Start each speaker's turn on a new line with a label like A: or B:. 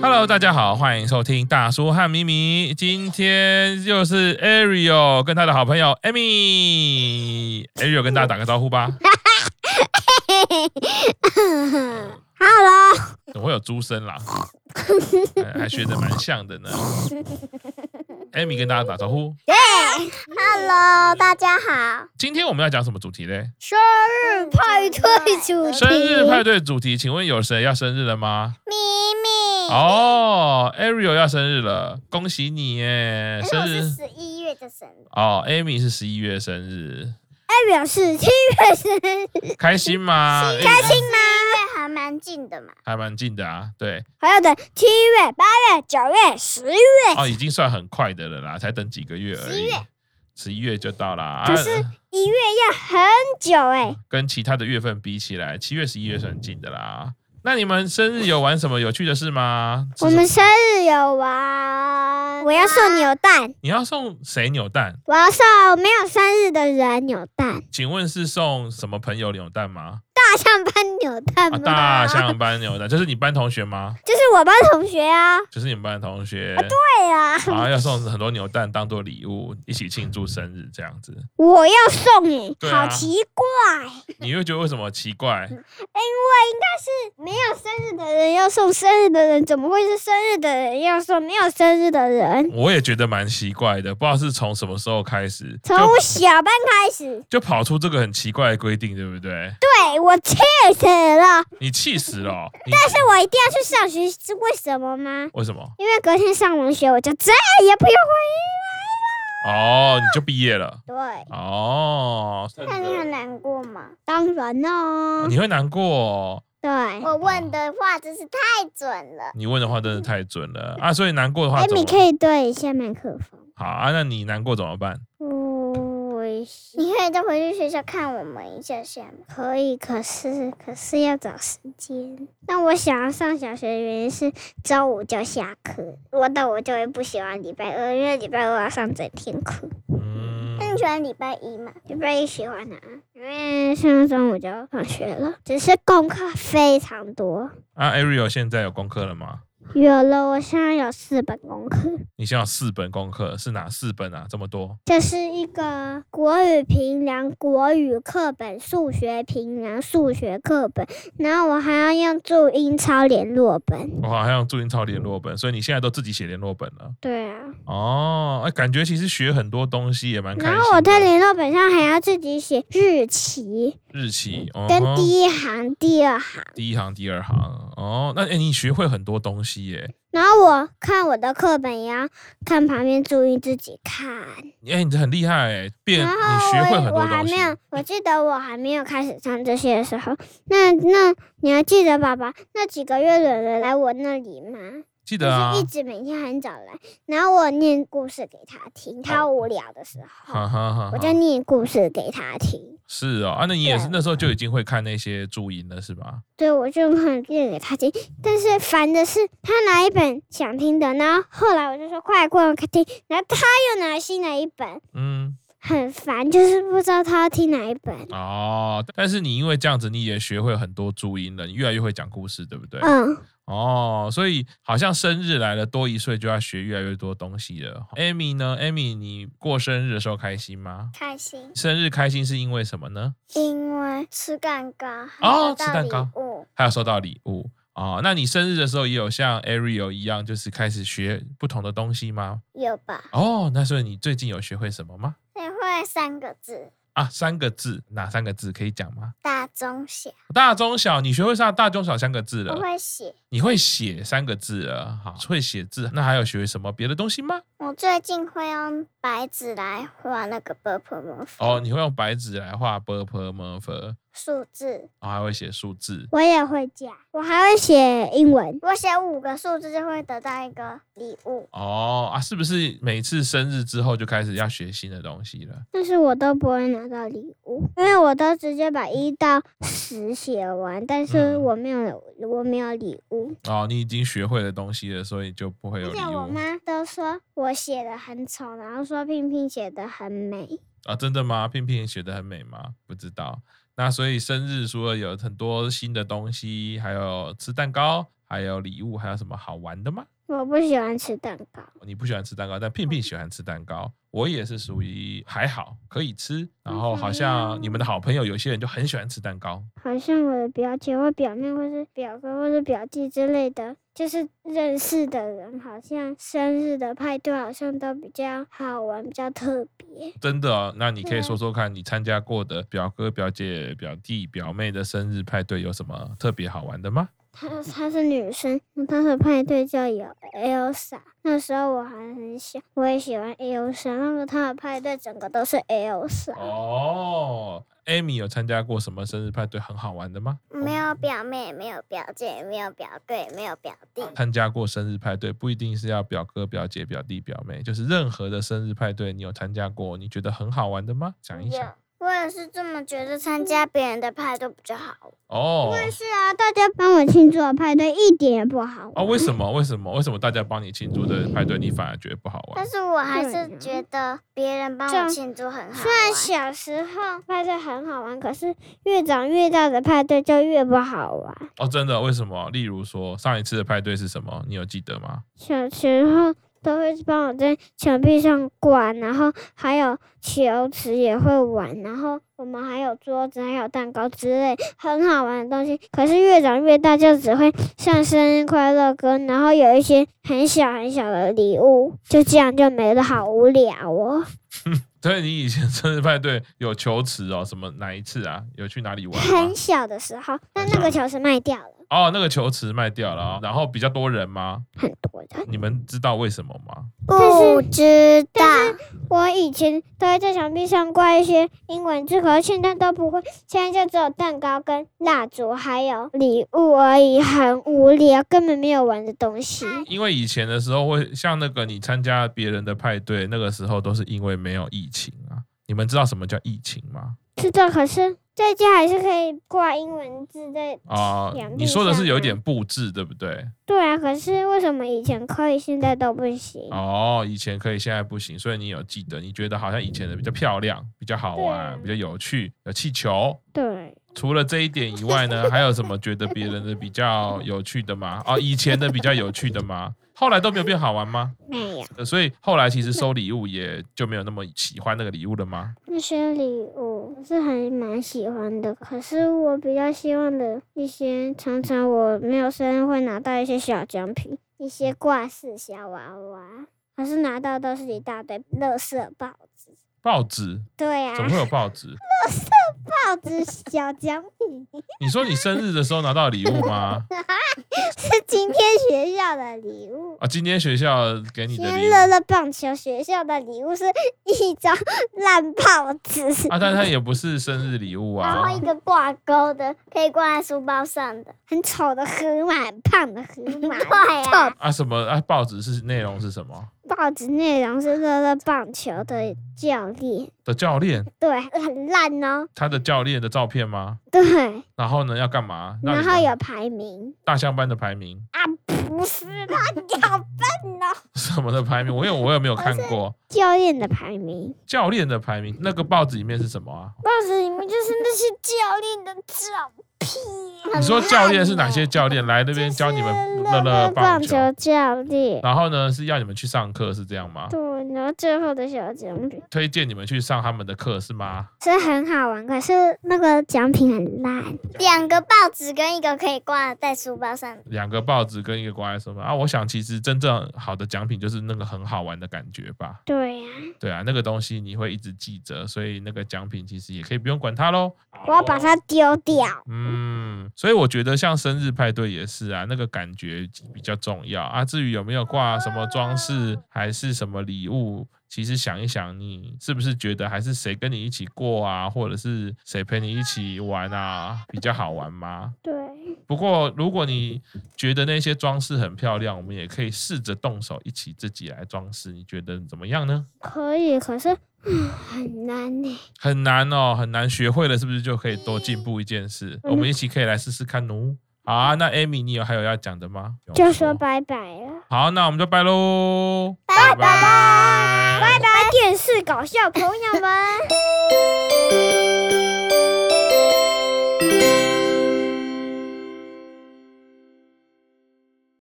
A: Hello，大家好，欢迎收听大叔和咪咪。今天又是 Ariel 跟他的好朋友 Amy。Ariel 跟大家打个招呼吧。
B: Hello，
A: 怎么会有猪声啦？还还学的蛮像的呢。Amy 跟大家打招呼。
B: Hello，大家好。
A: 今天我们要讲什么主题嘞？
B: 生日派对主题，
A: 生日派对主题，请问有谁要生日了吗？
B: 咪咪。
A: 哦，Ariel 要生日了，恭喜你耶！
B: 可
A: 生
B: 哎是我
A: 日
B: 是十一月的生日，
A: 哦，Amy 是十一月生日，
B: 代表是七月生日，
A: 开心吗？
B: 开心吗？七月还蛮近的嘛，
A: 还蛮近的啊，对，
B: 还要等七月、八月、九月、十月。
A: 哦，已经算很快的了啦，才等几个月而已，十一月就到啦。啊
B: 可是一月要很久哎、
A: 跟其他的月份比起来，七月、十一月是很近的啦。那你们生日有玩什么有趣的事吗？
B: 我们生日有玩，我要送扭蛋，
A: 你要送谁扭蛋？
B: 我要送没有生日的人扭蛋，
A: 请问是送什么朋友扭蛋吗？
B: 大象班扭蛋
A: 啊，
B: 吗？
A: 大象班扭蛋，就是你班同学吗？
B: 就是我班同学啊。
A: 就是你们班的同学，
B: 对啊，
A: 啊，要送很多扭蛋当做礼物，一起庆祝生日这样子。
B: 我要送哎、
A: 对啊
B: 好奇怪，
A: 你会觉得为什么奇怪？
B: 没有生日的人要送生日的人，怎么会是生日的人要送没有生日的人？
A: 我也觉得蛮奇怪的，不知道是从什么时候开始，就
B: 从小班开始，
A: 就跑出这个很奇怪的规定，对不对？
B: 对我气死了。
A: 你气死了哦、你
B: 但是我一定要去上学，是为什么吗？
A: 为什么？
B: 因为隔天上完学，我就再也不用
A: 哦，你就毕业了。
B: 回来了。
A: 哦，
B: 对，那你很难过吗？当然啦、
A: 你会难过、哦。
B: 对，
C: 我问的话真是太准了，
A: 你问的话真的太准了啊！所以难过的话
B: 艾
A: 怎
B: 米
A: 么？
B: 哎可以对一下麦克风。
A: 好啊，那你难过怎么办？
C: 嗯
B: 我
C: 你可以再回去学校看我们一下下吗？
B: 可以，可是可是要找时间。那我想要上小学的原因是周五就下课，我到我就会不喜欢礼拜二，因为礼拜二要上整天课，
A: 嗯
C: 那，你喜欢礼拜一吗？
B: 礼拜一喜欢啊，因为上中午就要放学了，只是功课非常多。
A: 啊，Ariel 现在有功课了吗？
B: 有了，我现在有四本功课，
A: 你现在有四本功课，是哪四本啊？这么多？
B: 这是一个国语评量、国语课本、数学评量、数学课本，然后我还要用注音抄联络本。
A: 我好像用注音抄联络本，所以你现在都自己写联络本了。
B: 对啊。
A: 哦，哎，感觉其实学很多东西也蛮开心哦
B: 然
A: 的。
B: 后我在联络本上还要自己写日期，
A: 日期，哦
B: 跟
A: 吼
B: 第一行、第二行。
A: 第一行、第二行。哦，那哎，你学会很多东西耶。
B: 然后我看我的课本也要看旁边注意自己看。
A: 哎，你很厉害哎，变
B: 然后
A: 你学会很
B: 我
A: 多
B: 我还
A: 东西
B: 没。有，我记得我还没有开始唱这些的时候，那那你还记得爸爸那几个月的人来我那里吗？
A: 记
B: 就
A: 得啊
B: 是一，直每天很早来，然后我念故事给他听，他无聊的时候，
A: 哈哈哈
B: 我
A: 哈。
B: 就念故事给他听。
A: 是哦，啊，那你也是
B: 对
A: 那时候就已经会看那些注音了，是吧？
B: 对，我就很念给他听，但是烦的是他拿一本想听的，然后后来我就说快过来听，然后他又拿新的一本，
A: 嗯，
B: 很烦，就是不知道他要听哪一本。
A: 哦，但是你因为这样子，你也学会很多注音了，你越来越会讲故事，对不对？
B: 嗯，
A: 哦，所以好像生日来了，多一岁就要学越来越多东西了。Amy 呢？Amy，你过生日的时候开心吗？
C: 开心，
A: 生日开心是因为什么呢？
C: 因为吃蛋糕，
A: 哦
C: 还得到
A: 吃蛋糕
C: 礼物，
A: 还有收到礼物哦。那你生日的时候也有像 Ariel 一样，就是开始学不同的东西吗？
C: 有吧？
A: 哦，那所以你最近有学会什么吗？
C: 你会三个字，
A: 啊，三个字，哪三个字可以讲吗？
C: 大中小，
A: 大中小，你学会上大中小三个字
C: 我
A: 了，
C: 会写。
A: 你会写三个字了，好，会写字，那还有学什么别的东西吗？
C: 我最近会用白纸来画那个 purple 魔法，
A: 哦，你会用白纸来画 b p m f，然
C: 数字，
A: 后哦还会写数字。
B: 我也会讲，我还会写英文。
C: 我写五个数字就会得到一个礼物。
A: 哦啊，是不是每次生日之后就开始要学新的东西了？
B: 但是我都不会拿到礼物，因为我都直接把一到十写完，但是
A: 嗯
B: 我没有，我没有礼物。
A: 哦，你已经学会了东西了，所以就不会有
B: 而
A: 礼
C: 啊
B: 且我
A: 物
B: 妈都说我写的很丑，然后说拼拼写的很美。
A: 啊？真的吗？片片写的很美吗？不知道。那所以生日除了有很多新的东西，还有吃蛋糕，还有礼物，还有什么好玩的吗？
B: 我不喜欢吃蛋糕，
A: 你不喜欢吃蛋糕，但聘聘喜欢吃蛋糕。我也是属于还好可以吃，然后好像你们的好朋友有些人就很喜欢吃蛋糕，
B: 好像我的表姐或表妹或是表哥或是表弟之类的，就是认识的人，好像生日的派对好像都比较好玩，比较特别。
A: 真的、哦。那你可以
B: 对
A: 说说看，你参加过的表哥、表姐、表弟、表妹的生日派对有什么特别好玩的吗？
B: 她她是女生，她的派对叫有 Elsa。那时候我还很小，我也喜欢 Elsa。那个她的派对整个都是 Elsa。
A: 哦，Amy 有参加过什么生日派对很好玩的吗？
C: 没有表妹，也没有表姐，也没有表哥，也没有表弟。
A: 参加过生日派对，不一定是要表哥、表姐、表弟、表妹，就是任何的生日派对，你有参加过，你觉得很好玩的吗？想一想。
C: 我也是这么觉得，参加别人的派对比较好。
A: 哦，
B: 是啊，大家帮我庆祝的派对一点也不好玩。
A: 啊，为什么？为什么？为什么大家帮你庆祝的派对，你反而觉得不好玩
C: 但？是我还
B: 对
C: 是
B: 啊
C: 觉得别人帮
B: 这样
C: 我庆祝很好
B: 虽然
C: 玩。
B: 小时候派对很好玩，可是越长越大的派对就越不好玩。
A: 哦，真的？为什么？例如说，上一次的派对是什么？你有记得吗？
B: 小时候都会帮我在墙壁上挂，然后还有球池也会玩，然后我们还有桌子，还有蛋糕之类很好玩的东西。可是越长越大，就只会像生日快乐歌，然后有一些很小很小的礼物，就这样就没了，好无聊哦。
A: 所以你以前生日派对有求池哦，什么哪一次啊？有去哪里玩吗
B: 很？小的时候，但那个球池卖掉了，
A: 哦，那个球池卖掉了、哦，然后比较多人吗？
B: 很多的。
A: 你们知道为什么吗？
C: 不知道，
B: 我以前都会在墙壁上挂一些英文字，可是现在都不会，现在就只有蛋糕跟蜡烛，还有礼物而已，很无聊，根本没有玩的东西。
A: 因为以前的时候会像那个你参加别人的派对，那个时候都是因为没有疫情啊。你们知道什么叫疫情吗？
B: 知道，可是在家还是可以挂英文字在。
A: 啊、
B: 墙
A: 你
B: 壁
A: 说的是
B: 上
A: 有一
B: 啊
A: 点布置，对不对？
B: 对啊，可是为什么以前可以，现在都不行？
A: 哦，以前可以，现在不行，所以你有记得？你觉得好像以前的比较漂亮，比较好玩，
B: 对
A: 比较有趣，有气球。
B: 对，
A: 除了这一点以外呢，还有什么觉得别人的比较有趣的吗？哦，以前的比较有趣的吗？后来都没有变好玩吗？
B: 没有
A: 呃所以后来其实收礼物也就没有那么喜欢那个礼物了吗？
B: 那些礼物我是还蛮喜欢的，可是我比较希望的一些，常常我没有生日会拿到一些小奖品，一些挂饰小娃娃，可是拿到都是一大堆垃圾报纸。
A: 报纸
B: 对呀、
A: 怎么会有报纸？
B: 报纸小奖品
A: 你说你生日的时候拿到礼物吗？
B: 是今天学校的礼物。
A: 啊，今天学校给你
B: 今
A: 的礼
B: 天
A: 物
B: 乐乐棒球学校的礼物是一张烂报纸，
A: 啊，但它也不是生日礼物
C: 然
A: 啊
C: 后一。个挂钩的，可以挂在书包上的。
B: 很丑的河马，很胖的河马，
C: 对呀、
A: 啊什么啊？报纸是内容是什么？
B: 报纸内容是乐乐棒球的教练，
A: 的教练，
B: 对，很烂哦，
A: 他的教练的照片吗？
B: 对，
A: 然后呢，要干嘛？让
B: 然
A: 你
B: 后
A: 们
B: 有排名
A: 大象班的排名
B: 啊，不是啦，你好笨哦，
A: 什么的排名，我有我有没有看过
B: 教练的排名，
A: 教练的排名？那个报纸里面是什么啊？
B: 报纸里面就是那些教练的照片，
A: 你说教练是哪些教练来那边教你们乐乐棒球？
B: 球教练，
A: 然后呢，是要你们去上课是这样吗？
B: 对，然后最后的小奖品
A: 推荐你们去上他们的课是吗？
B: 是很好玩，可是那个奖品很烂，
C: 两个报纸跟一个可以挂在书包上的。
A: 两个报纸跟一个关爱什么啊？我想其实真正好的奖品就是那个很好玩的感觉吧。
B: 对呀、
A: 对啊，那个东西你会一直记着，所以那个奖品其实也可以不用管它喽。
B: 我要把它丢掉，
A: 嗯，所以我觉得像生日派对也是啊，那个感觉比较重要啊。至于有没有挂什么装饰还是什么礼物，其实想一想，你是不是觉得还是谁跟你一起过啊，或者是谁陪你一起玩啊，比较好玩吗？
B: 对，
A: 不过如果你觉得那些装饰很漂亮，我们也可以试着动手一起自己来装饰，你觉得怎么样呢？
B: 可以，可是。嗯很难呢、
A: 很难哦，很难学会了，是不是就可以多进步一件事？
B: 嗯
A: 我们一起可以来试试看哦。好啊，那 Amy，你有还有要讲的吗？
B: 就说。拜拜了。
A: 好，那我们就拜喽，拜
C: 拜拜
A: 拜
B: 拜拜，电视搞笑朋友们。